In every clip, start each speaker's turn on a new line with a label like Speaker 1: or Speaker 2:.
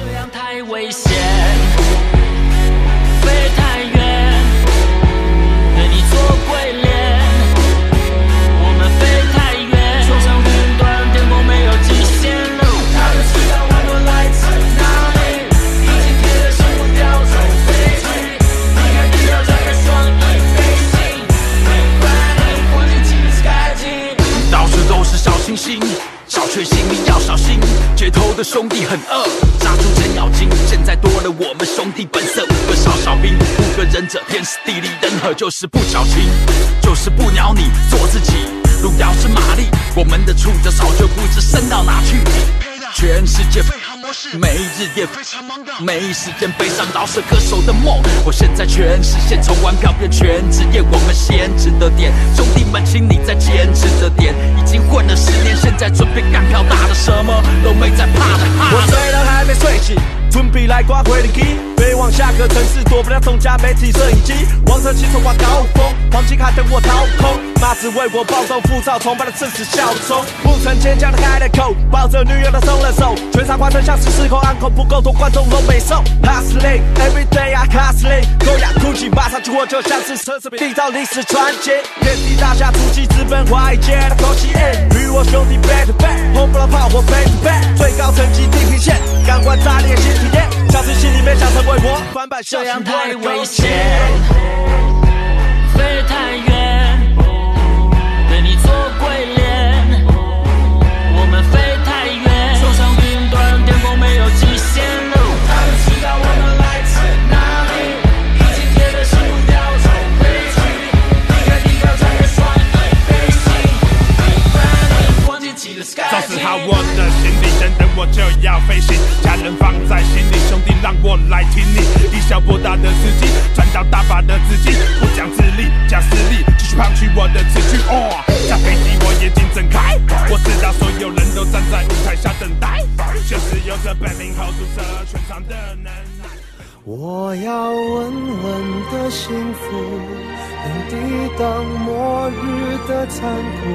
Speaker 1: 这样太危险，飞太远，对你做鬼脸，我们飞太远，冲上云端，天空没有极限。路，他们知道玩乐来自哪里，已经贴着生活标准飞去，你看地要张开双翼飞行，飞快，我进七彩金。
Speaker 2: 到处都是小星星，小确幸你要小心。街头的兄弟很饿，扎住程咬金。现在多了我们兄弟本色，五个少小兵，五个忍者，天时地利人和，就是不矫情，就是不鸟你，做自己。路遥知马力，我们的触角早就不知伸到哪去。全世界没日夜非常忙的，没时间悲伤饶舌歌手的梦。我现在全实现，从玩票变全职业，我们先值得点。兄弟们，请你再坚持着点，已经混了十年，现在准备干票大的，什么都没在怕的，
Speaker 3: 我
Speaker 2: 怕的。
Speaker 3: 虽然还没睡醒，准备来刮回的机。飞往下个城市，躲不了众家媒体摄影机。王者骑手挂高峰，黄金卡等我掏空。马子为我暴动，浮躁崇拜的正是效忠。不曾坚强的开了口，抱着女友的松了手。全场观众像是失控，暗口不够多，观众都没送。Hustling every day I hustling，高雅哭泣，马上去我就像是奢侈品，缔造历史传奇。遍地大侠足迹，直奔华尔街的口气。与我兄弟 back to back，轰不了炮火 back to back，最高层级地平线，感官炸裂新体验，小心心里面想成为我，翻版
Speaker 1: 这
Speaker 3: 这
Speaker 1: 样太危险，飞太远，对你做鬼脸，哦我们飞太远，冲上云端，天空没有极限路，他们知道我们来自哪里，已经贴着生活标准飞去，离开地表展开双翼飞行，光进起了 sky，
Speaker 4: 收拾好我的行李，等等我就要飞行，家人放在心里，兄弟让我来挺你。以小博大的司机，赚到大把的资金，不讲自立，讲实力，继续抛弃我的词句。哦，下飞机我眼睛睁开，我知道所有人都站在舞台下等待，就是有着本领 hold 住这全场的能耐。
Speaker 5: 我要稳稳的幸福，能抵挡末日的残酷，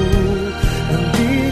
Speaker 5: 能抵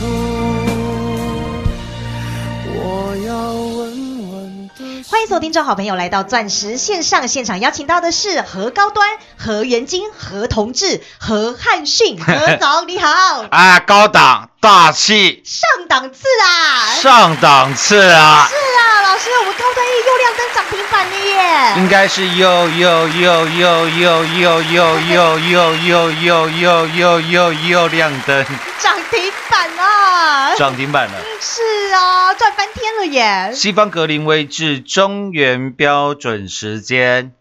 Speaker 5: 途。我要稳稳的。
Speaker 6: 欢迎所有听众好朋友来到钻石线上现场，邀请到的是何高端、何元金、何同志、何汉逊，何总 你好，
Speaker 7: 啊，高档大气
Speaker 6: 上档次啊！
Speaker 7: 上档次啊，
Speaker 6: 是啊，老师，我们高端 E 又亮灯涨停板了耶！
Speaker 7: 应该是呦呦呦呦呦呦呦呦呦呦呦呦呦呦又亮灯
Speaker 6: 涨停板啊！
Speaker 7: 涨停板了。
Speaker 6: 是啊，赚翻天了耶！
Speaker 7: 西方格林威治中原标准时间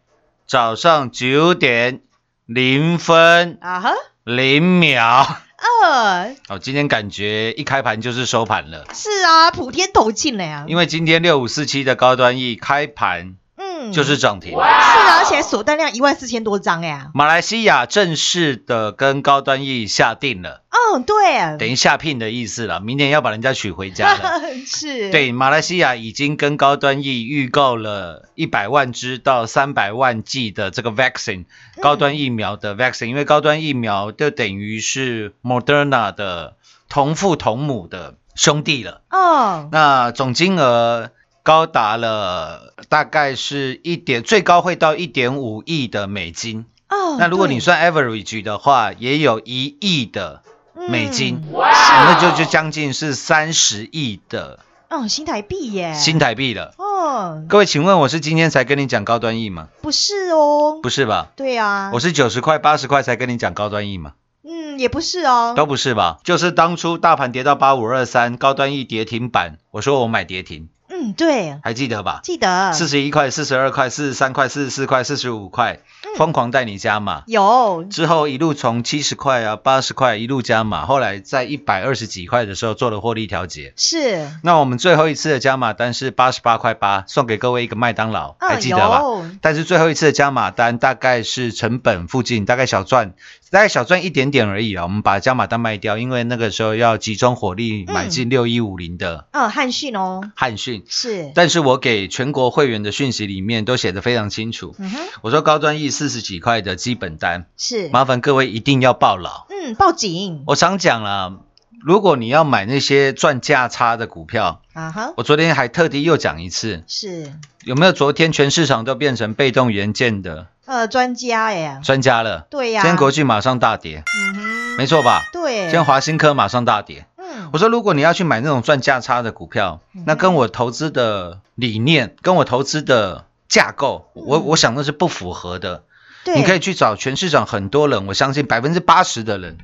Speaker 7: 早上九点零分
Speaker 6: 啊哈，
Speaker 7: 零秒。
Speaker 6: 呃，
Speaker 7: 哦，今天感觉一开盘就是收盘了，
Speaker 6: 是啊，普天同庆了呀。
Speaker 7: 因为今天六五四七的高端 E 开盘
Speaker 6: 嗯，
Speaker 7: 就是涨停。
Speaker 6: 是啊，而且锁单量一万四千多张哎呀。
Speaker 7: 马来西亚正式的跟高端 E 下定了，
Speaker 6: 嗯、
Speaker 5: 嗯，对，
Speaker 6: 等于下聘的意思了，明年要把人家娶回家了。
Speaker 5: 是，
Speaker 6: 对，马来西亚已经跟高端疫预购了一百万支到三百万剂的这个 vaccine 高端疫苗的 vaccine，、因为高端疫苗就等于是 Moderna 的同父同母的兄弟了。
Speaker 5: 嗯，
Speaker 6: 那总金额高达了大概是一点，最高会到一点五亿的美金。
Speaker 5: 哦，
Speaker 6: 那如果
Speaker 5: 对
Speaker 6: 你算 average 的话，也有一亿的美金，
Speaker 5: 嗯
Speaker 6: 那就就将近是三十亿的
Speaker 5: 哦，新台币耶，
Speaker 6: 新台币了。
Speaker 5: 哦，
Speaker 6: 各位，请问我是今天才跟你讲高端疫 E 吗？
Speaker 5: 不是哦，
Speaker 6: 不是吧？
Speaker 5: 对啊，
Speaker 6: 我是九十块、八十块才跟你讲高端疫吗？
Speaker 5: 嗯，也不是哦，
Speaker 6: 都不是吧？就是当初大盘跌到八五二三，高端疫跌停板，我说我买跌停，
Speaker 5: 嗯，对，
Speaker 6: 还记得吧？
Speaker 5: 记得
Speaker 6: 四十一块、四十二块、四十三块、四十四块、四十五块，疯狂带你加码。
Speaker 5: 有，
Speaker 6: 之后一路从七十块啊、八十块一路加码，后来在一百二十几块的时候做了获利调节。
Speaker 5: 是，
Speaker 6: 那我们最后一次的加码单是八十八块八，送给各位一个麦当劳，
Speaker 5: 嗯，
Speaker 6: 还哎记得吧？
Speaker 5: 有，
Speaker 6: 但是最后一次的加码单大概是成本附近，大概小赚，大概小赚一点点而已啊。我们把加码单卖掉，因为那个时候要集中火力买进六一五零的
Speaker 5: 嗯，汉逊哦，
Speaker 6: 汉讯。
Speaker 5: 是，
Speaker 6: 但是我给全国会员的讯息里面都写得非常清楚，
Speaker 5: 嗯哼，
Speaker 6: 我说高端 E 四十几块的基本单，
Speaker 5: 是，
Speaker 6: 麻烦各位一定要报牢。
Speaker 5: 嗯，报警，
Speaker 6: 我常讲啦，如果你要买那些赚价差的股票，
Speaker 5: 啊哈，
Speaker 6: 我昨天还特地又讲一次，
Speaker 5: 是，
Speaker 6: 有没有？昨天全市场都变成被动元件的
Speaker 5: 呃，专家耶，
Speaker 6: 专家了。
Speaker 5: 对呀，
Speaker 6: 今天国巨马上大跌，
Speaker 5: 嗯哼，
Speaker 6: 没错吧？
Speaker 5: 对，
Speaker 6: 今天华新科马上大跌。
Speaker 5: 嗯，
Speaker 6: 我说，如果你要去买那种赚价差的股票，那跟我投资的理念，跟我投资的架构，我我想那是不符合的。
Speaker 5: 嗯对，
Speaker 6: 你可以去找全市场很多人，我相信百分之八十的人，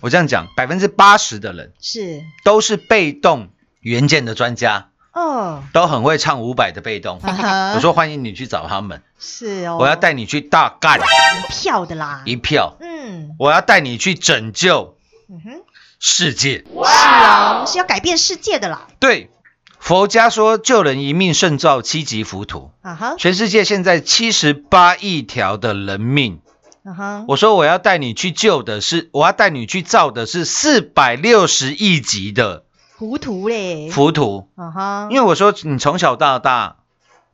Speaker 6: 我这样讲，百分之八十的人
Speaker 5: 是，
Speaker 6: 都是被动元件的专家，
Speaker 5: 哦，
Speaker 6: 都很会唱五百的被 动。
Speaker 5: 啊哈
Speaker 6: 我说欢迎你去找他们，
Speaker 5: 是哦，
Speaker 6: 我要带你去大干
Speaker 5: 票的啦，
Speaker 6: 一票，
Speaker 5: 嗯
Speaker 6: 我要带你去拯救
Speaker 5: 嗯哼，
Speaker 6: 世界。
Speaker 5: 是啊，是要改变世界的啦，
Speaker 6: 对，佛家说救人一命胜造七级浮屠，
Speaker 5: 啊哈，
Speaker 6: 全世界现在七十八亿条的人命，
Speaker 5: 啊哈，
Speaker 6: 我说我要带你去救的是，我要带你去造的是四百六十亿级的
Speaker 5: 糊涂嘞，
Speaker 6: 浮屠，
Speaker 5: 啊哈，
Speaker 6: 因为我说你从小到大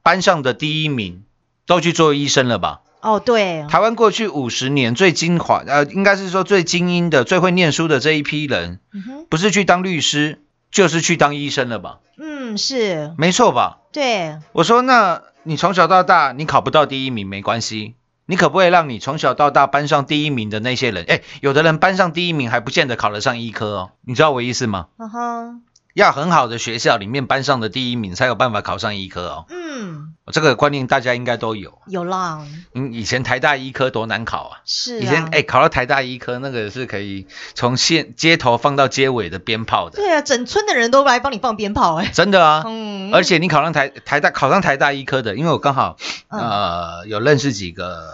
Speaker 6: 班上的第一名都去做医生了吧？
Speaker 5: 哦对，
Speaker 6: 台湾过去五十年最精华，呃，应该是说最精英的、最会念书的这一批人，
Speaker 5: 嗯哼，
Speaker 6: 不是去当律师，就是去当医生了吧？
Speaker 5: 嗯是，
Speaker 6: 没错吧？
Speaker 5: 对，啊
Speaker 6: 我说，那你从小到大你考不到第一名没关系，你可不可以让你从小到大班上第一名的那些人？哎，有的人班上第一名还不见得考得上医科哦，你知道我意思吗？
Speaker 5: 啊哈，
Speaker 6: 要很好的学校里面班上的第一名才有办法考上医科哦，
Speaker 5: 嗯
Speaker 6: 这个观念大家应该都有。
Speaker 5: 有啦，
Speaker 6: 嗯，以前台大医科多难考啊，
Speaker 5: 是
Speaker 6: 以前
Speaker 5: 啊
Speaker 6: 哎、，考到台大医科那个是可以从线街头放到街尾的鞭炮的，
Speaker 5: 对啊，整村的人都来帮你放鞭炮哎，
Speaker 6: 真的啊。
Speaker 5: 嗯，
Speaker 6: 而且你考上台台大考上台大医科的，因为我刚好、
Speaker 5: 嗯
Speaker 6: 呃有认识几个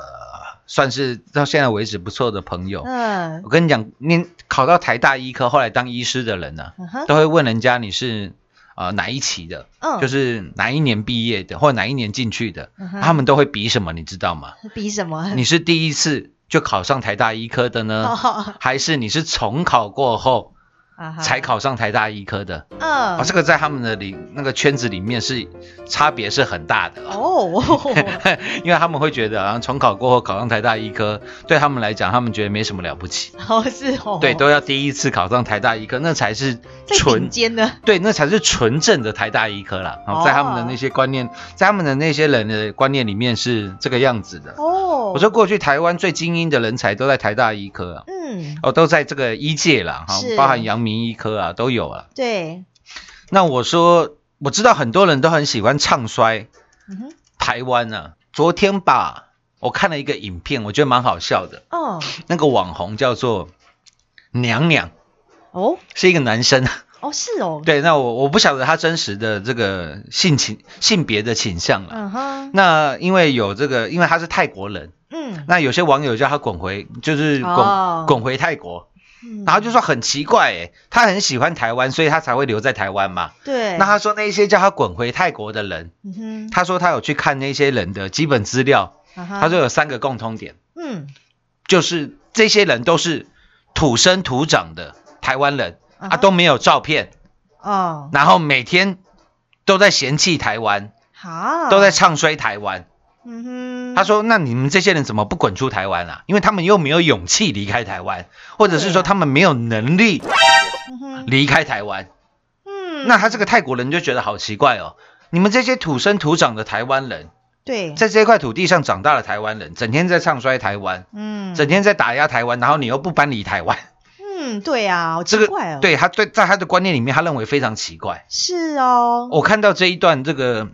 Speaker 6: 算是到现在为止不错的朋友。
Speaker 5: 嗯
Speaker 6: 我跟你讲，你考到台大医科后来当医师的人呢、
Speaker 5: 嗯哼
Speaker 6: 都会问人家你是呃哪一期的，
Speaker 5: 嗯，
Speaker 6: 就是哪一年毕业的或哪一年进去的，
Speaker 5: 嗯哼嗯
Speaker 6: 他们都会比什么，你知道吗？
Speaker 5: 比什么？
Speaker 6: 你呃是第一次就考上台大医科的 呢，
Speaker 5: 哦
Speaker 6: 还是你是重考过后
Speaker 5: 啊哈
Speaker 6: 才，考上台大医科的？啊、
Speaker 5: 嗯
Speaker 6: 这个在他们的里那个圈子里面是差别是很大的哦，
Speaker 5: 哦，
Speaker 6: 因为他们会觉得好像重考过后考上台大医科，对他们来讲，他们觉得没什么了不起，
Speaker 5: 哦是哦，
Speaker 6: 对，都要第一次考上台大医科，那才是
Speaker 5: 在顶
Speaker 6: 纯。
Speaker 5: 尖的，
Speaker 6: 对，那才是纯正的台大医科啦。哦
Speaker 5: 哦
Speaker 6: 在他们的那些观念，在他们的那些人的观念里面是这个样子的。
Speaker 5: 哦，
Speaker 6: 我说过去台湾最精英的人才都在台大医科啊，
Speaker 5: 嗯
Speaker 6: 哦，都在这个医界啦，哈
Speaker 5: 是，
Speaker 6: 包含阳明医科啊都有啊。
Speaker 5: 对，
Speaker 6: 那我说，我知道很多人都很喜欢唱衰
Speaker 5: 嗯哼，
Speaker 6: 台湾啊。昨天吧，我看了一个影片，我觉得蛮好笑的。
Speaker 5: 哦
Speaker 6: 那个网红叫做娘娘，
Speaker 5: 哦
Speaker 6: 是一个男生。
Speaker 5: 哦是哦，
Speaker 6: 对，那我我不晓得他真实的这个性情性别的倾向了。
Speaker 5: 嗯哼，
Speaker 6: 那因为有这个，因为他是泰国人，
Speaker 5: 嗯
Speaker 6: 那有些网友叫他滚回，就是滚、
Speaker 5: 哦
Speaker 6: 滚回泰国，
Speaker 5: 嗯，
Speaker 6: 然后就说很奇怪、欸，他很喜欢台湾，所以他才会留在台湾嘛。
Speaker 5: 对，
Speaker 6: 那他说那一些叫他滚回泰国的人，
Speaker 5: 嗯哼，
Speaker 6: 他说他有去看那些人的基本资料，
Speaker 5: 啊哈
Speaker 6: 他说有三个共通点，
Speaker 5: 嗯
Speaker 6: 就是这些人都是土生土长的台湾人
Speaker 5: 嗯
Speaker 6: 啊
Speaker 5: 哼
Speaker 6: 都没有照片，
Speaker 5: 哦，
Speaker 6: 然后每天都在嫌弃台湾，
Speaker 5: 好，
Speaker 6: 都在，唱衰台湾。
Speaker 5: 嗯嗯哼，
Speaker 6: 他说：“那你们这些人怎么不滚出台湾啊？因为他们又没有勇气离开台湾，或者是说他们没有能力
Speaker 5: 嗯哼，
Speaker 6: 离开台湾。”
Speaker 5: 嗯，
Speaker 6: 那他这个泰国人就觉得好奇怪哦，你们这些土生土长的台湾人，
Speaker 5: 对，
Speaker 6: 在这块土地上长大的台湾人，整天在唱衰台湾，
Speaker 5: 嗯，
Speaker 6: 整天在打压台湾，然后你又不搬离台湾，
Speaker 5: 嗯，对啊，好
Speaker 6: 这
Speaker 5: 奇
Speaker 6: 个
Speaker 5: 怪哦，，
Speaker 6: 对他对在他的观念里面，他认为非常奇怪。
Speaker 5: 是哦，
Speaker 6: 我看到这一段这个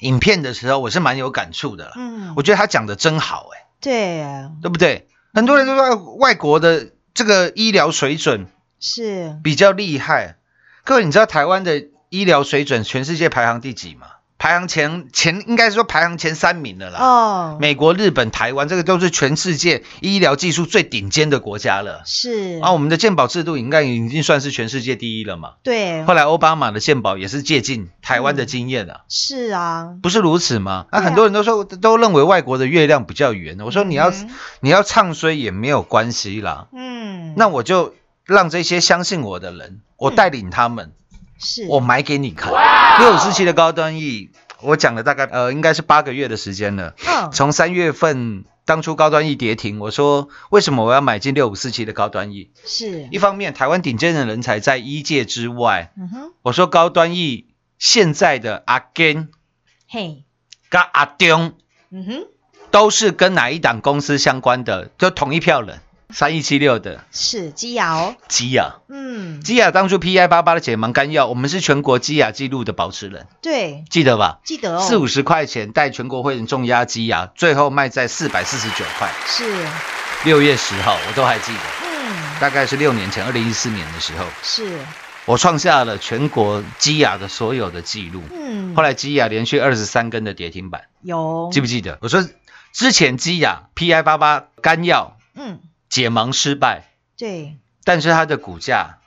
Speaker 6: 影片的时候，我是蛮有感触的啦，
Speaker 5: 嗯，
Speaker 6: 我觉得他讲的真好、哎，
Speaker 5: 对，
Speaker 6: 对不对？很多人都说外国的这个医疗水准
Speaker 5: 是
Speaker 6: 比较厉害，各位你知道台湾的医疗水准全世界排行第几吗？排行前前应该说排行前三名了啦。
Speaker 5: 哦，
Speaker 6: 美国、日本、台湾，这个都是全世界医疗技术最顶尖的国家了。
Speaker 5: 是
Speaker 6: 啊，，我们的健保制度应该已经算是全世界第一了嘛。
Speaker 5: 对，
Speaker 6: 后来奥巴马的健保也是借鉴台湾的经验啊，
Speaker 5: 是啊，
Speaker 6: 不是如此吗？那、
Speaker 5: 对啊
Speaker 6: 很多人都说都认为外国的月亮比较圆，我说你要、
Speaker 5: 嗯
Speaker 6: 你要唱衰也没有关系啦，
Speaker 5: 嗯，
Speaker 6: 那我就让这些相信我的人，我带领他们，
Speaker 5: 是
Speaker 6: 我买给你看。六十期的高端 E，我讲了大概呃应该是八个月的时间了。
Speaker 5: 嗯
Speaker 6: 从三月份当初高端 E 跌停，我说为什么我要买进六五四七的高端 E？
Speaker 5: 是，
Speaker 6: 一方面，台湾顶尖的人才在一界之外，
Speaker 5: 嗯哼，
Speaker 6: 我说高端 E 现在的阿根
Speaker 5: 嘿，
Speaker 6: 跟阿中
Speaker 5: 嗯哼，
Speaker 6: 都是跟哪一档公司相关的，就同一票人。三一七六的
Speaker 5: 是基瑶，
Speaker 6: 基亚，
Speaker 5: 嗯，
Speaker 6: 基亚当初 PI 八八的解盲干药，我们是全国基亚纪录的保持人，
Speaker 5: 对，
Speaker 6: 记得吧？
Speaker 5: 记得哦，
Speaker 6: 四五十块钱带全国会员重压基亚，最后卖在四百四十九块。
Speaker 5: 是，
Speaker 6: 六月十号，我都还记得。
Speaker 5: 嗯，
Speaker 6: 大概是六年前，二零一四年的时候，
Speaker 5: 是，
Speaker 6: 我创下了全国基亚的所有的记录。
Speaker 5: 嗯，
Speaker 6: 后
Speaker 5: 来
Speaker 6: 来基亚连续二十三根的跌停板，
Speaker 5: 有
Speaker 6: 记，不记得？我说之前基亚 PI 八八干药
Speaker 5: 嗯，
Speaker 6: 解盲失败，
Speaker 5: 对，
Speaker 6: 但是它的股价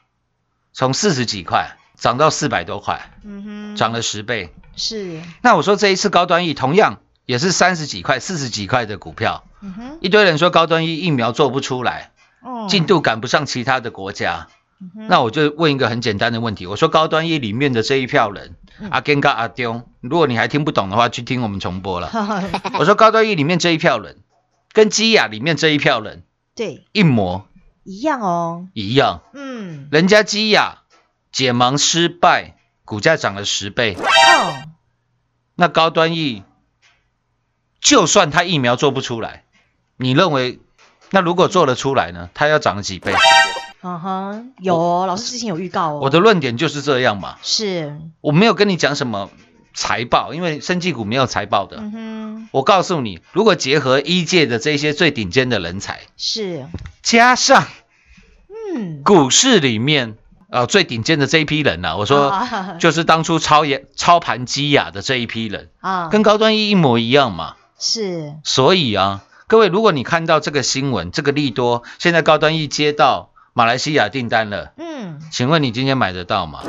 Speaker 6: 从四十几块涨到四百多块，
Speaker 5: 嗯哼，
Speaker 6: 涨了十倍。
Speaker 5: 是，
Speaker 6: 那我说这一次高端疫同样也是三十几块、四十几块的股票，
Speaker 5: 嗯哼，
Speaker 6: 一堆人说高端疫疫苗做不出来，
Speaker 5: 哦，
Speaker 6: 进度赶不上其他的国家。
Speaker 5: 嗯哼，
Speaker 6: 那我就问一个很简单的问题，我说高端业里面的这一票人，
Speaker 5: 嗯
Speaker 6: 阿根跟阿丢，如果你还听不懂的话，去听我们重播了。我说高端业里面这一票人，跟基亚里面这一票人
Speaker 5: 对，
Speaker 6: 一模
Speaker 5: 一样哦，
Speaker 6: 一样，
Speaker 5: 嗯，
Speaker 6: 人家基亚解盲失败，股价涨了十倍，
Speaker 5: 哦，
Speaker 6: 那高端业就算他疫苗做不出来，你认为那如果做得出来呢？它要涨了几倍？
Speaker 5: 嗯哼，有哦，老师之前有预告哦，
Speaker 6: 我的论点就是这样嘛。
Speaker 5: 是，
Speaker 6: 我没有跟你讲什么财报，因为生技股没有财报的。
Speaker 5: 嗯哼，
Speaker 6: 我告诉你，如果结合一届的这些最顶尖的人才，
Speaker 5: 是，
Speaker 6: 加上
Speaker 5: 嗯，
Speaker 6: 股市里面呃最顶尖的这一批人呐、我说
Speaker 5: 啊
Speaker 6: 就是当初超也操盘基亚的这一批人，
Speaker 5: 啊，
Speaker 6: 跟高端一一模一样嘛。
Speaker 5: 是，
Speaker 6: 所以啊，各位，如果你看到这个新闻，这个利多，现在高端一接到马来西亚订单了，
Speaker 5: 嗯，
Speaker 6: 请问你今天买得到吗？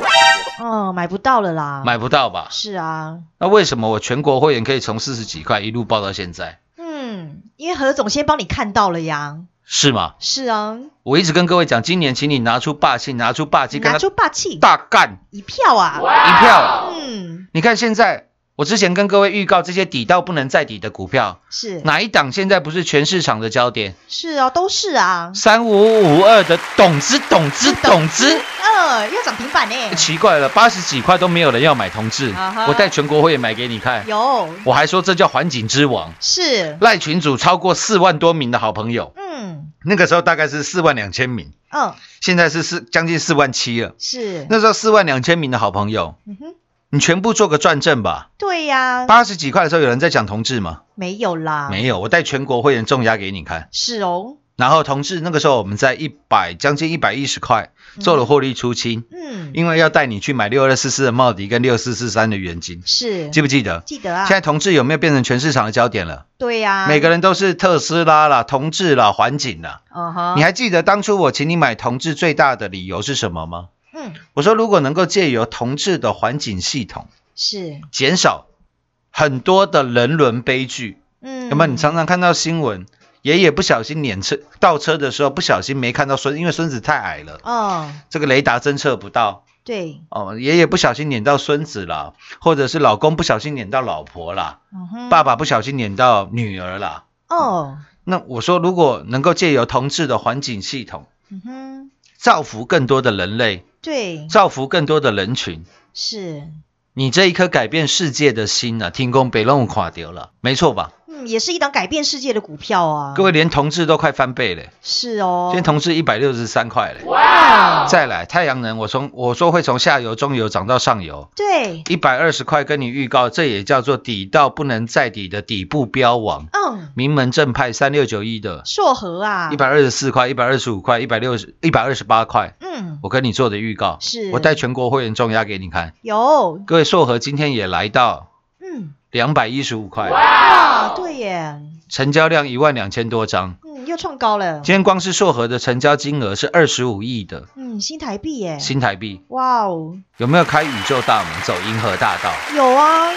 Speaker 5: 哦，买不到了啦，
Speaker 6: 买不到吧？
Speaker 5: 是啊，
Speaker 6: 那为什么我全国会员可以从四十几块一路报到现在？
Speaker 5: 嗯，因为何总先帮你看到了呀。
Speaker 6: 是吗？
Speaker 5: 是啊，
Speaker 6: 我一直跟各位讲，今年请你拿出霸气，拿出霸气，跟
Speaker 5: 拿
Speaker 6: 他
Speaker 5: 出霸气
Speaker 6: 大干
Speaker 5: 一票啊。
Speaker 6: 一票。
Speaker 5: 嗯，
Speaker 6: 你看现在，我之前跟各位预告这些底到不能再底的股票，
Speaker 5: 是
Speaker 6: 哪一档现在不是全市场的焦点？
Speaker 5: 是哦，都是啊。
Speaker 6: 三五五二的董之董之董之，
Speaker 5: 呃，又涨停 板呢、
Speaker 6: 奇怪了，八十几块都没有人要买同志
Speaker 5: 啊哈，
Speaker 6: 我带全国会员买给你看，
Speaker 5: 有
Speaker 6: 我还说这叫环境之王。
Speaker 5: 是，
Speaker 6: 赖群主超过四万多名的好朋友，
Speaker 5: 嗯
Speaker 6: 那个时候大概是四万两千名，
Speaker 5: 嗯
Speaker 6: 现在是四将近四万七了。
Speaker 5: 是，
Speaker 6: 那时候四万两千名的好朋友，
Speaker 5: 嗯哼，
Speaker 6: 你全部做个转正吧。
Speaker 5: 对呀、
Speaker 6: 八十几块的时候，有人在讲同志吗？
Speaker 5: 没有啦，
Speaker 6: 没有，我带全国会员重压给你看。
Speaker 5: 是哦，
Speaker 6: 然后同志那个时候我们在一百将近一百一十块做了获利出清，
Speaker 5: 嗯
Speaker 6: 因为要带你去买六二四四的茂迪跟六四四三的元金，
Speaker 5: 是，
Speaker 6: 记不记得？
Speaker 5: 记得啊
Speaker 6: 现，在同志有没有变成全市场的焦点了？
Speaker 5: 对呀、
Speaker 6: 每个人都是特斯拉啦、同志啦、环景啦。
Speaker 5: 嗯哼，
Speaker 6: 你还记得当初我请你买同志最大的理由是什么吗？
Speaker 5: 嗯
Speaker 6: 我说如果能够借由同志的环景系统。
Speaker 5: 是，
Speaker 6: 减少很多的人伦悲剧。
Speaker 5: 嗯
Speaker 6: 那么你常常看到新闻，爷爷不小心碾车倒车的时候，不小心没看到孙，因为孙子太矮了，
Speaker 5: 哦，
Speaker 6: 这个雷达侦测不到。
Speaker 5: 对，
Speaker 6: 哦，爷爷不小心碾到孙子了，或者是老公不小心碾到老婆啦，
Speaker 5: 嗯哼，
Speaker 6: 爸爸不小心碾到女儿啦。
Speaker 5: 哦，
Speaker 6: 那我说，如果能够借由同志的环境系统，
Speaker 5: 嗯哼，
Speaker 6: 造福更多的人类，
Speaker 5: 对，
Speaker 6: 造福更多的人群，
Speaker 5: 是，
Speaker 6: 你这一颗改变世界的心呢、啊，天公被弄垮掉了，没错吧？
Speaker 5: 嗯，也是一档改变世界的股票啊。
Speaker 6: 各位连同志都快翻倍嘞，
Speaker 5: 是哦
Speaker 6: 现，在同志一百六十三块嘞。
Speaker 5: 哇，哦
Speaker 6: 再来太阳能，我从我说会从下游、中游涨到上游，
Speaker 5: 对，
Speaker 6: 一百二十块跟你预告，这也叫做底到不能再底的底部标王，
Speaker 5: 嗯，
Speaker 6: 名门正派三六九一的，
Speaker 5: 硕和啊，
Speaker 6: 一百二十四块、一百二十五块、一百六十、一百二十八块，
Speaker 5: 嗯，
Speaker 6: 我跟你做的预告，
Speaker 5: 是
Speaker 6: 我带全国会员重压给你看。
Speaker 5: 有，
Speaker 6: 各位硕和今天也来到
Speaker 5: 嗯，
Speaker 6: 两百一十五块，哦
Speaker 5: 啊，对耶，
Speaker 6: 成交量一万两千多张。
Speaker 5: 嗯，又创高了，
Speaker 6: 今天光是硕和的成交金额是二十五亿的
Speaker 5: 嗯，新台币耶，
Speaker 6: 新台币，
Speaker 5: 哇哦，
Speaker 6: 有没有开宇宙大门走银河大道？
Speaker 5: 有啊，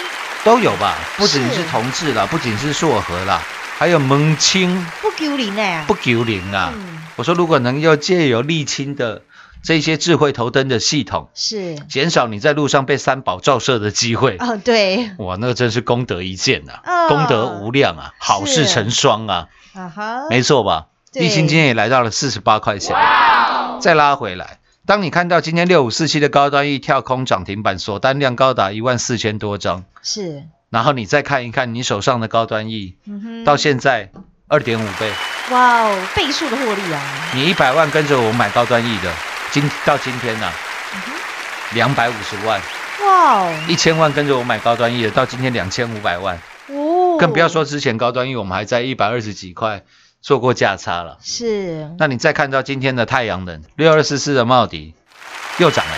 Speaker 6: 都有吧？不仅
Speaker 5: 是
Speaker 6: 是同志啦，不仅是硕和啦，还有蒙青
Speaker 5: 不丢脸呢，
Speaker 6: 不九零啊。
Speaker 5: 嗯，
Speaker 6: 我说如果能够借由沥青的这些智慧头灯的系统，
Speaker 5: 是，
Speaker 6: 减少你在路上被三宝照射的机会，
Speaker 5: 哦，对，
Speaker 6: 哇，那个真是功德一件呐、
Speaker 5: 嗯
Speaker 6: 功德无量啊，好事成双啊，
Speaker 5: 啊哈，
Speaker 6: 没错吧？
Speaker 5: 对哦
Speaker 6: 沥青今天也来到了四十八块钱，再拉回来。当你看到今天六五四七的高端 E 跳空涨停板，锁单量高达一万四千多张，
Speaker 5: 是，
Speaker 6: 然后你再看一看你手上的高端 E，
Speaker 5: 嗯哼，
Speaker 6: 到现在二点五倍，
Speaker 5: 哇哦，倍数的获利啊，
Speaker 6: 你一百万跟着我买高端 E 的，今到今天呐、
Speaker 5: 嗯
Speaker 6: 两百五十万，
Speaker 5: 哇哦，
Speaker 6: 一千万跟着我买高端 E 的，到今天两千五百万，
Speaker 5: 哦，
Speaker 6: 更不要说之前高端 E 我们还在一百二十几块做过价差了。
Speaker 5: 是，
Speaker 6: 那你再看到今天的太阳能六二四四的茂迪又涨了，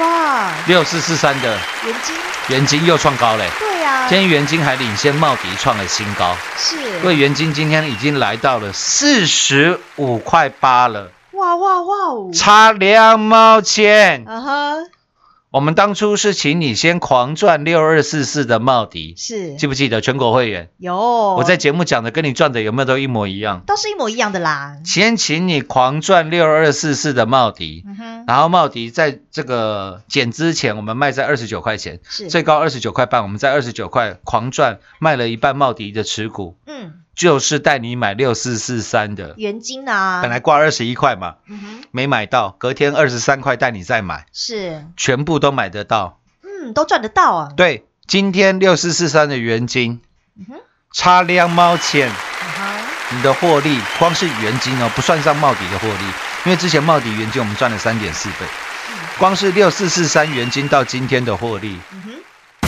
Speaker 5: 哇，
Speaker 6: 六四四三的
Speaker 5: 元金，
Speaker 6: 元金又创高嘞，
Speaker 5: 对啊，
Speaker 6: 今天元金还领先茂迪创了新高，
Speaker 5: 是，
Speaker 6: 因为元金今天已经来到了四十五块八了，
Speaker 5: 哇哇哇哦，
Speaker 6: 差两毛钱。
Speaker 5: 啊哈，
Speaker 6: 我们当初是请你先狂赚六二四四的茂迪，
Speaker 5: 是
Speaker 6: 记不记得全国会员？
Speaker 5: 有，
Speaker 6: 我
Speaker 5: 我
Speaker 6: 在节目讲的跟你赚的有没有都一模一样？
Speaker 5: 都是一模一样的啦，
Speaker 6: 先请你狂赚六二四四的茂迪，
Speaker 5: 嗯哼，
Speaker 6: 然后茂迪在这个减之前，我们卖在二十九块钱，
Speaker 5: 是，
Speaker 6: 最高二十九块半，我们在二十九块狂赚，卖了一半茂迪的持股，
Speaker 5: 嗯，
Speaker 6: 就是带你买六四四三的，
Speaker 5: 元金啊，
Speaker 6: 本来挂二十一块嘛，
Speaker 5: 嗯哼，
Speaker 6: 没买到，隔天二十三块带你再买，
Speaker 5: 是，
Speaker 6: 全部都买得到。
Speaker 5: 嗯，都赚得到啊，
Speaker 6: 对，今天六四四三的原金
Speaker 5: 嗯哼，
Speaker 6: 差两毛钱，
Speaker 5: 啊哈，
Speaker 6: 你的获利光是原金哦，不算上茂迪的获利，因为之前茂迪原金我们赚了三点四倍，光是六四四三原金到今天的获利
Speaker 5: 嗯哼，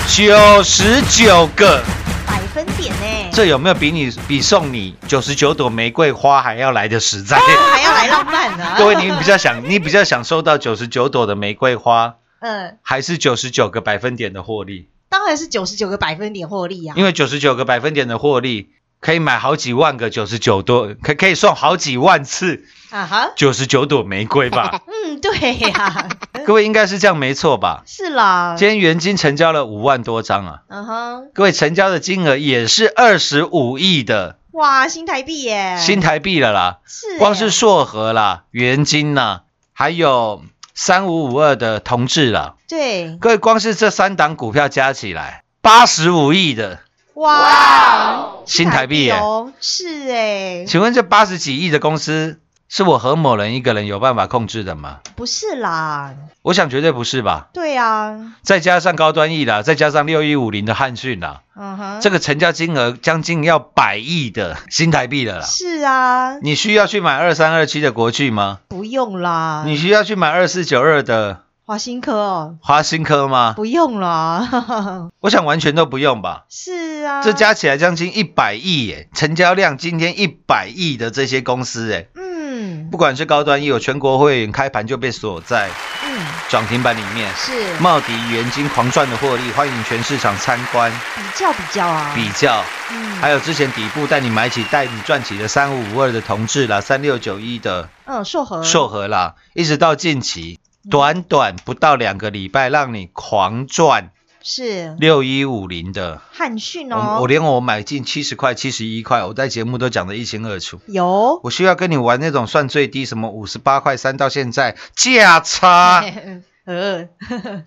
Speaker 6: 九十九个，
Speaker 5: 百分点呢，
Speaker 6: 这有没有比你比送你九十九朵玫瑰花还要来的 实在？
Speaker 5: 还要来浪漫啊，
Speaker 6: 各位，你比较想你比较想收到九十九朵的玫瑰花，
Speaker 5: 嗯，
Speaker 6: 还是九十九个百分点的获利？
Speaker 5: 当然是九十九个百分点获利啊，
Speaker 6: 因为九十九个百分点的获利。可以买好几万个九十九朵，可可以送好几万次
Speaker 5: 啊哈，
Speaker 6: 九十九朵玫 瑰吧？
Speaker 5: 嗯，对 呀，
Speaker 6: 各位应该是这样没错吧？
Speaker 5: 是啦，
Speaker 6: 今天元金成交了五万多张啊，
Speaker 5: 嗯哼，
Speaker 6: 各位成交的金额也是二十五亿的
Speaker 5: 哇，新台币耶，
Speaker 6: 新台币了啦，
Speaker 5: 哎是啊耶，
Speaker 6: 光是硕和啦、元金啦，还有三五五二的同志啦，
Speaker 5: 对，
Speaker 6: 各位光是这三档股票加起来八十五亿的，
Speaker 5: 哇，
Speaker 6: 新台币耶
Speaker 5: 哦，是哎，
Speaker 6: 请问这八十几亿的公司是我和某人一个人有办法控制的吗？
Speaker 5: 不是啦，
Speaker 6: 我想绝对不是吧，
Speaker 5: 对啊，
Speaker 6: 再加上高端 E 啦，再加上六一五零的汉讯啦，
Speaker 5: 嗯哼，
Speaker 6: 这个成交金额将近要百亿的新台币了啦。
Speaker 5: 是啊，
Speaker 6: 你需要去买二三二七的国巨吗？
Speaker 5: 不用啦，
Speaker 6: 你需要去买二四九二的
Speaker 5: 华新科哦，
Speaker 6: 华新科吗？
Speaker 5: 不用啦，
Speaker 6: 我想完全都不用吧。
Speaker 5: 是啊，
Speaker 6: 这加起来将近一百亿耶，成交量今天一百亿的这些公司哎，
Speaker 5: 嗯
Speaker 6: 不管是高端 E，有全国会员开盘就被锁在
Speaker 5: 嗯
Speaker 6: 涨停板里面。
Speaker 5: 是
Speaker 6: 茂迪元金狂赚的获利，欢迎全市场参观
Speaker 5: 比较比较啊，
Speaker 6: 比较，
Speaker 5: 嗯
Speaker 6: 还有之前底部带你买起、带你赚起的三五五二的同志啦，三六九一的
Speaker 5: 嗯硕和
Speaker 6: 硕和啦，一直到近期，短短不到两个礼拜，让你狂赚
Speaker 5: 是
Speaker 6: 六一五零的，
Speaker 5: 汉逊
Speaker 6: 我
Speaker 5: 哦
Speaker 6: 我，连我买进七十块、七十一块，我在节目都讲得一清二楚。
Speaker 5: 有，
Speaker 6: 我需要跟你玩那种算最低，什么五十八块三到现在价差
Speaker 5: 呃，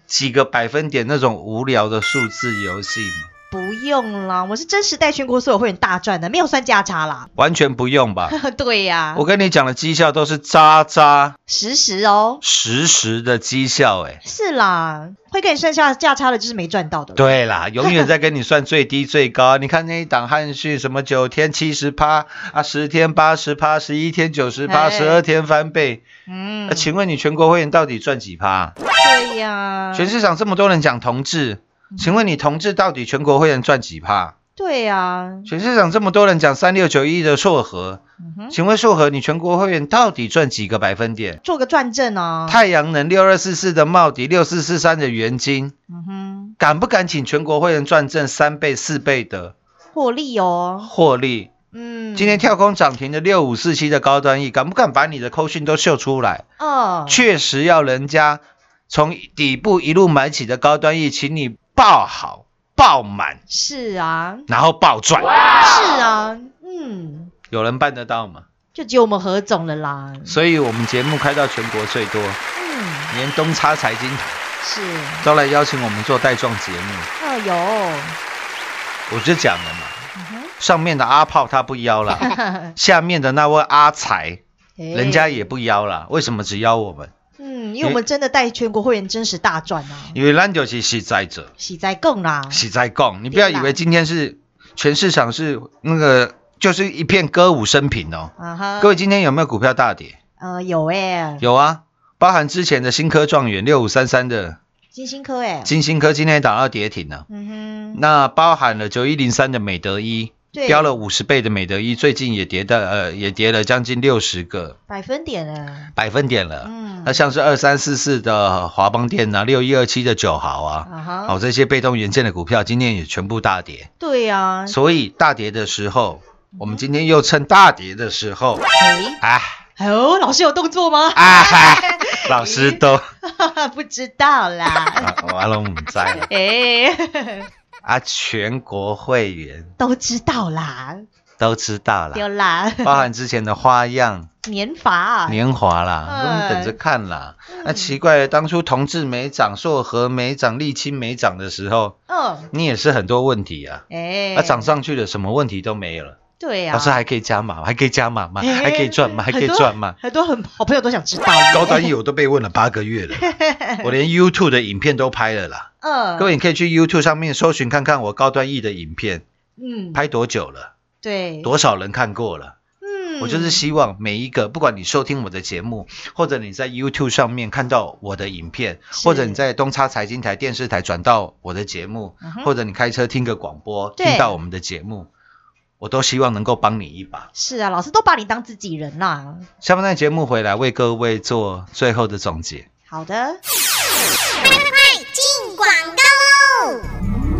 Speaker 6: 几个百分点那种无聊的数字游戏吗？
Speaker 5: 不用啦，我是真实带全国所有会员大赚的，没有算价差啦。
Speaker 6: 完全不用吧？
Speaker 5: 对呀、
Speaker 6: 我跟你讲的绩效都是渣渣
Speaker 5: 实时哦，
Speaker 6: 实实的绩效、欸，
Speaker 5: 是啦，会跟你算下价差的，就是没赚到的。，
Speaker 6: 对啦，永远在跟你算最低最高。你看那一档汉讯，什么九天七十趴啊，十天八十趴，十一天九十趴，
Speaker 5: 哎
Speaker 6: 十二天翻倍。
Speaker 5: 嗯
Speaker 6: 那、，请问你全国会员到底赚几趴？
Speaker 5: 对呀、
Speaker 6: 全市场这么多人讲同志，
Speaker 5: 嗯
Speaker 6: 请问你同志到底全国会员赚几趴？
Speaker 5: 对呀、
Speaker 6: 全市场这么多人讲三六九一的硕和，
Speaker 5: 嗯哼，
Speaker 6: 请问硕和你全国会员到底赚几个百分点？
Speaker 5: 做个转正啊。
Speaker 6: 太阳能六二四四的茂迪，六四四三的元金，
Speaker 5: 嗯哼，
Speaker 6: 敢不敢请全国会员赚正三倍四倍的
Speaker 5: 获利哦，
Speaker 6: 获利？
Speaker 5: 嗯，
Speaker 6: 今天跳空涨停的六五四七的高端 E，敢不敢把你的扣讯都秀出来？
Speaker 5: 哦，
Speaker 6: 确实要人家从底部一路买起的高端 E，请你爆好、爆满，
Speaker 5: 是啊，
Speaker 6: 然后爆赚。
Speaker 5: 是啊，嗯，
Speaker 6: 有人办得到吗？
Speaker 5: 就只有我们何总了啦，
Speaker 6: 所以我们节目开到全国最多，
Speaker 5: 嗯，
Speaker 6: 连东差财经台
Speaker 5: 是，
Speaker 6: 都来邀请我们做带状节目，
Speaker 5: 哦有，
Speaker 6: 我就讲了嘛，上面的阿炮他不邀了，下面的那位阿财人家
Speaker 5: 哎，
Speaker 6: 也不邀了，为什么只邀我们？
Speaker 5: 嗯，因为我们真的带全国会员真实大赚啊，
Speaker 6: 因为咱就是实在者。
Speaker 5: 喜在更啦，
Speaker 6: 喜在供，你不要以为今天是全市场是那个就是一片歌舞升平哦。
Speaker 5: 啊哈，
Speaker 6: 各位今天有没有股票大跌？
Speaker 5: 呃有哎，
Speaker 6: 有啊，包含之前的新科状元六五三三
Speaker 5: 嗯
Speaker 6: 的
Speaker 5: 金星科哎，
Speaker 6: 金星科今天也打到跌停了。
Speaker 5: 嗯哼，
Speaker 6: 那包含了九一零三的美德一，
Speaker 5: 对，
Speaker 6: 飙了五十倍的美德一，最近也跌的呃也跌了将近六十个
Speaker 5: 百分点哎，
Speaker 6: 百分点了。
Speaker 5: 嗯
Speaker 6: 呃那像是二三四四的华邦电啊，六一二七的九豪啊，
Speaker 5: 啊
Speaker 6: 好、
Speaker 5: 哈，
Speaker 6: 这些被动元件的股票今天也全部大跌。
Speaker 5: 对啊呀，
Speaker 6: 所以大跌的时候，我们今天又趁大跌的时候，
Speaker 5: 哎，
Speaker 6: 哎
Speaker 5: 哦，老师有动作吗？
Speaker 6: 哎，老师都
Speaker 5: 不知道 啦，
Speaker 6: 啊完了，我们在
Speaker 5: 哎，
Speaker 6: 啊，全国会员
Speaker 5: 都知道啦，
Speaker 6: 都知道
Speaker 5: 丢
Speaker 6: 啦，
Speaker 5: 啦，
Speaker 6: 包含之前的花样、
Speaker 5: 年法，
Speaker 6: 年华啦，
Speaker 5: 哎
Speaker 6: 都等着看啦。那奇怪了，当初同志没涨、硕和没涨、沥青没涨的时候，
Speaker 5: 嗯，
Speaker 6: 你也是很多问题啊。
Speaker 5: 哎，
Speaker 6: 啊，涨上去了，什么问题都没有了。
Speaker 5: 对呀，
Speaker 6: 老师还可以加码吗，还可以加码吗？还可以赚吗？还可以赚吗？
Speaker 5: 很多很好朋友都想知道，
Speaker 6: 高端业我都被问了八个 月了，我连 YouTube 的影片都拍了啦。
Speaker 5: 嗯，
Speaker 6: 各位，你可以去 YouTube 上面搜寻看看我高端 E 的影片，
Speaker 5: 嗯，
Speaker 6: 拍多久了，
Speaker 5: 对，
Speaker 6: 多少人看过了。
Speaker 5: 嗯，
Speaker 6: 我就是希望每一个，不管你收听我的节目，或者你在 YouTube 上面看到我的影片，
Speaker 5: 是
Speaker 6: 或者你在东差财经台电视台转到我的节目
Speaker 5: 嗯哼，
Speaker 6: 或者你开车听个广播，
Speaker 5: 对
Speaker 6: 听到我们的节目，我都希望能够帮你一把。
Speaker 5: 是啊，老师都把你当自己人啦。
Speaker 6: 下半段节目回来为各位做最后的总结。
Speaker 5: 好的，
Speaker 8: 进广告喽！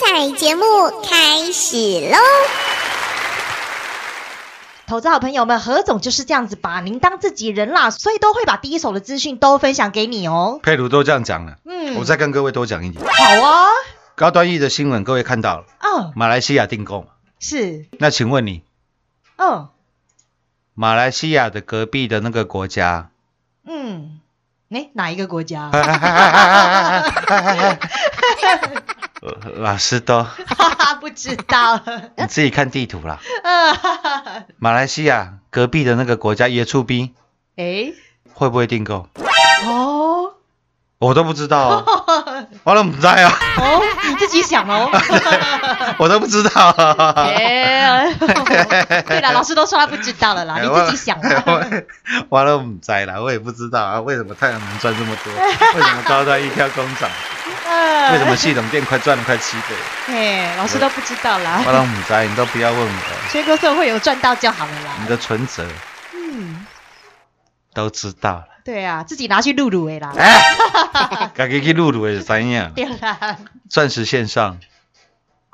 Speaker 8: 彩节目开始喽！
Speaker 5: 投资好朋友们，何总就是这样子把您当自己人啦，所以都会把第一手的资讯都分享给你哦。
Speaker 6: 佩鲁都这样讲了，
Speaker 5: 嗯
Speaker 6: 我再跟各位多讲一点。
Speaker 5: 好啊，
Speaker 6: 高端 E 的新闻各位看到了，
Speaker 5: 嗯，
Speaker 6: 马来西亚订购嘛
Speaker 5: 是，
Speaker 6: 那请问你，
Speaker 5: 嗯
Speaker 6: 马来西亚的隔壁的那个国家，
Speaker 5: 嗯，哎，哪一个国 家？
Speaker 6: 呃老师都
Speaker 5: 哈哈，不知道 了。
Speaker 6: 你自己看地图啦。
Speaker 5: 啊哈哈
Speaker 6: 马来西亚隔壁的那个国家野醋冰
Speaker 5: 哎，
Speaker 6: 会不会订购？
Speaker 5: 哦，
Speaker 6: 我都不知道、 哦，我都不知道啊，
Speaker 5: 哦，你自己想 哦。
Speaker 6: 我都不知道、啊。
Speaker 5: 哎， 对了，老师都说他不知道了啦，你自己 想啦。
Speaker 6: 我都不知道啦，我也不知道啊，为什么太阳能赚这么多？为什么高端一跳工厂？为什么系统电快赚了快七倍？
Speaker 5: 哎，老师都不知道啦
Speaker 6: 我。都不知道，你都不要问我，
Speaker 5: 全国社会有赚到就好了
Speaker 6: 你
Speaker 5: 啦。
Speaker 6: 的存折
Speaker 5: 嗯，
Speaker 6: 都知道了。
Speaker 5: 对啊，自己拿去露露哎啦。
Speaker 6: 哎，赶紧去录录的怎样？
Speaker 5: 啊对啊啦，
Speaker 6: 钻石线上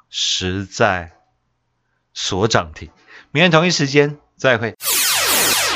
Speaker 6: 实在所涨停。明天同一时间再会。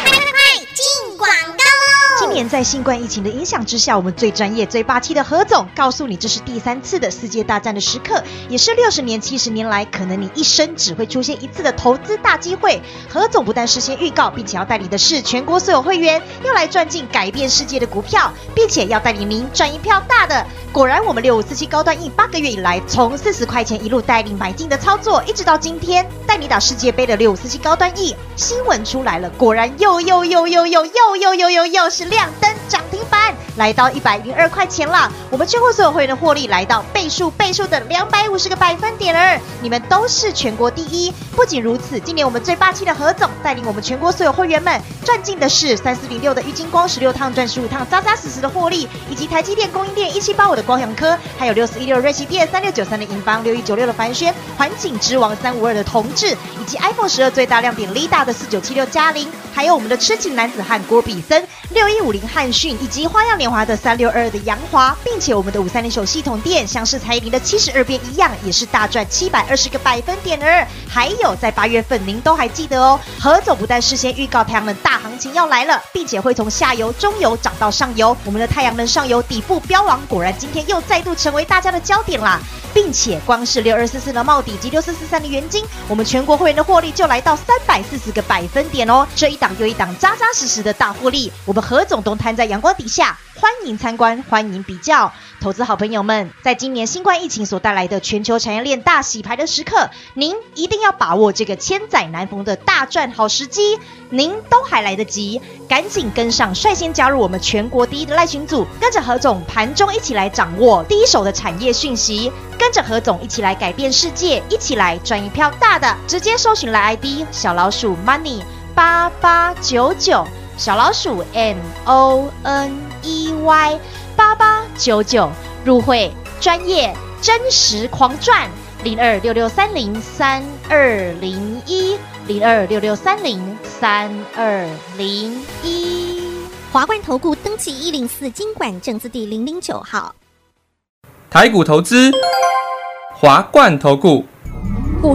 Speaker 8: 进广告
Speaker 5: 今年在新冠疫情的影响之下，我们最专业、最霸气的何总告诉你，这是第三次的世界大战的时刻，也是六十年、七十年来可能你一生只会出现一次的投资大机会。何总不但事先预告，并且要带领的是全国所有会员，要来赚进改变世界的股票，并且要带领您赚一票大的。果然，我们六五四七高端 E 八个月以来，从四十块钱一路带领买进的操作，一直到今天带你打世界杯的六五四七高端 E，新闻出来了，果然又又又又又又又又又又是亮灯涨停板，来到一百零二块钱了。我们全国所有会员的获利来到倍数倍数的两百五十个百分点了，你们都是全国第一。不仅如此，今年我们最霸气的何总带领我们全国所有会员们赚进的是三四零六的郁金光十六趟赚十五趟，扎扎实实的获利，以及台积电供应链一七八五的光阳科，还有六四一六瑞奇电三六九三的银邦六一九六的凡轩，环境之王三五二的同志，以及 iPhone 十二最大亮点 Lida 的四九七六嘉玲，还有我们的痴情男子汉郭比森六一五零汉逊，以及花样年华的三六二的杨华，并且我们的五三零手系统店像是财林的七十二变一样，也是大赚七百二十个百分点而还有在八月份，您都还记得哦，何总不但事先预告太阳能大行情要来了，并且会从下游、中游涨到上游。我们的太阳能上游底部标王，果然今天又再度成为大家的焦点啦。并且光是六二四四的帽底及六四四三的元金，我们全国会员的获利就来到三百四十个百分点哦，这一档又一档扎扎实实的大获利，我们何总都摊在阳光底下，欢迎参观，欢迎比较。投资好朋友们，在今年新冠疫情所带来的全球产业链大洗牌的时刻，您一定要把握这个千载难逢的大赚好时机，您都还来得及，赶紧跟上，率先加入我们全国第一的赖群组，跟着何总盘中一起来掌握第一手的产业讯息，跟着何总一起来改变世界，一起来赚一票大的，直接搜寻赖 ID 小老鼠 money 八八九九。小老鼠 M O N E Y 八八九九入会，专业真实狂赚零二六六三零三二零一零二六六三零三二零一。
Speaker 8: 华冠投顾登记一零四经管证字第零零九号。
Speaker 9: 台股投资，华冠投顾。
Speaker 8: 股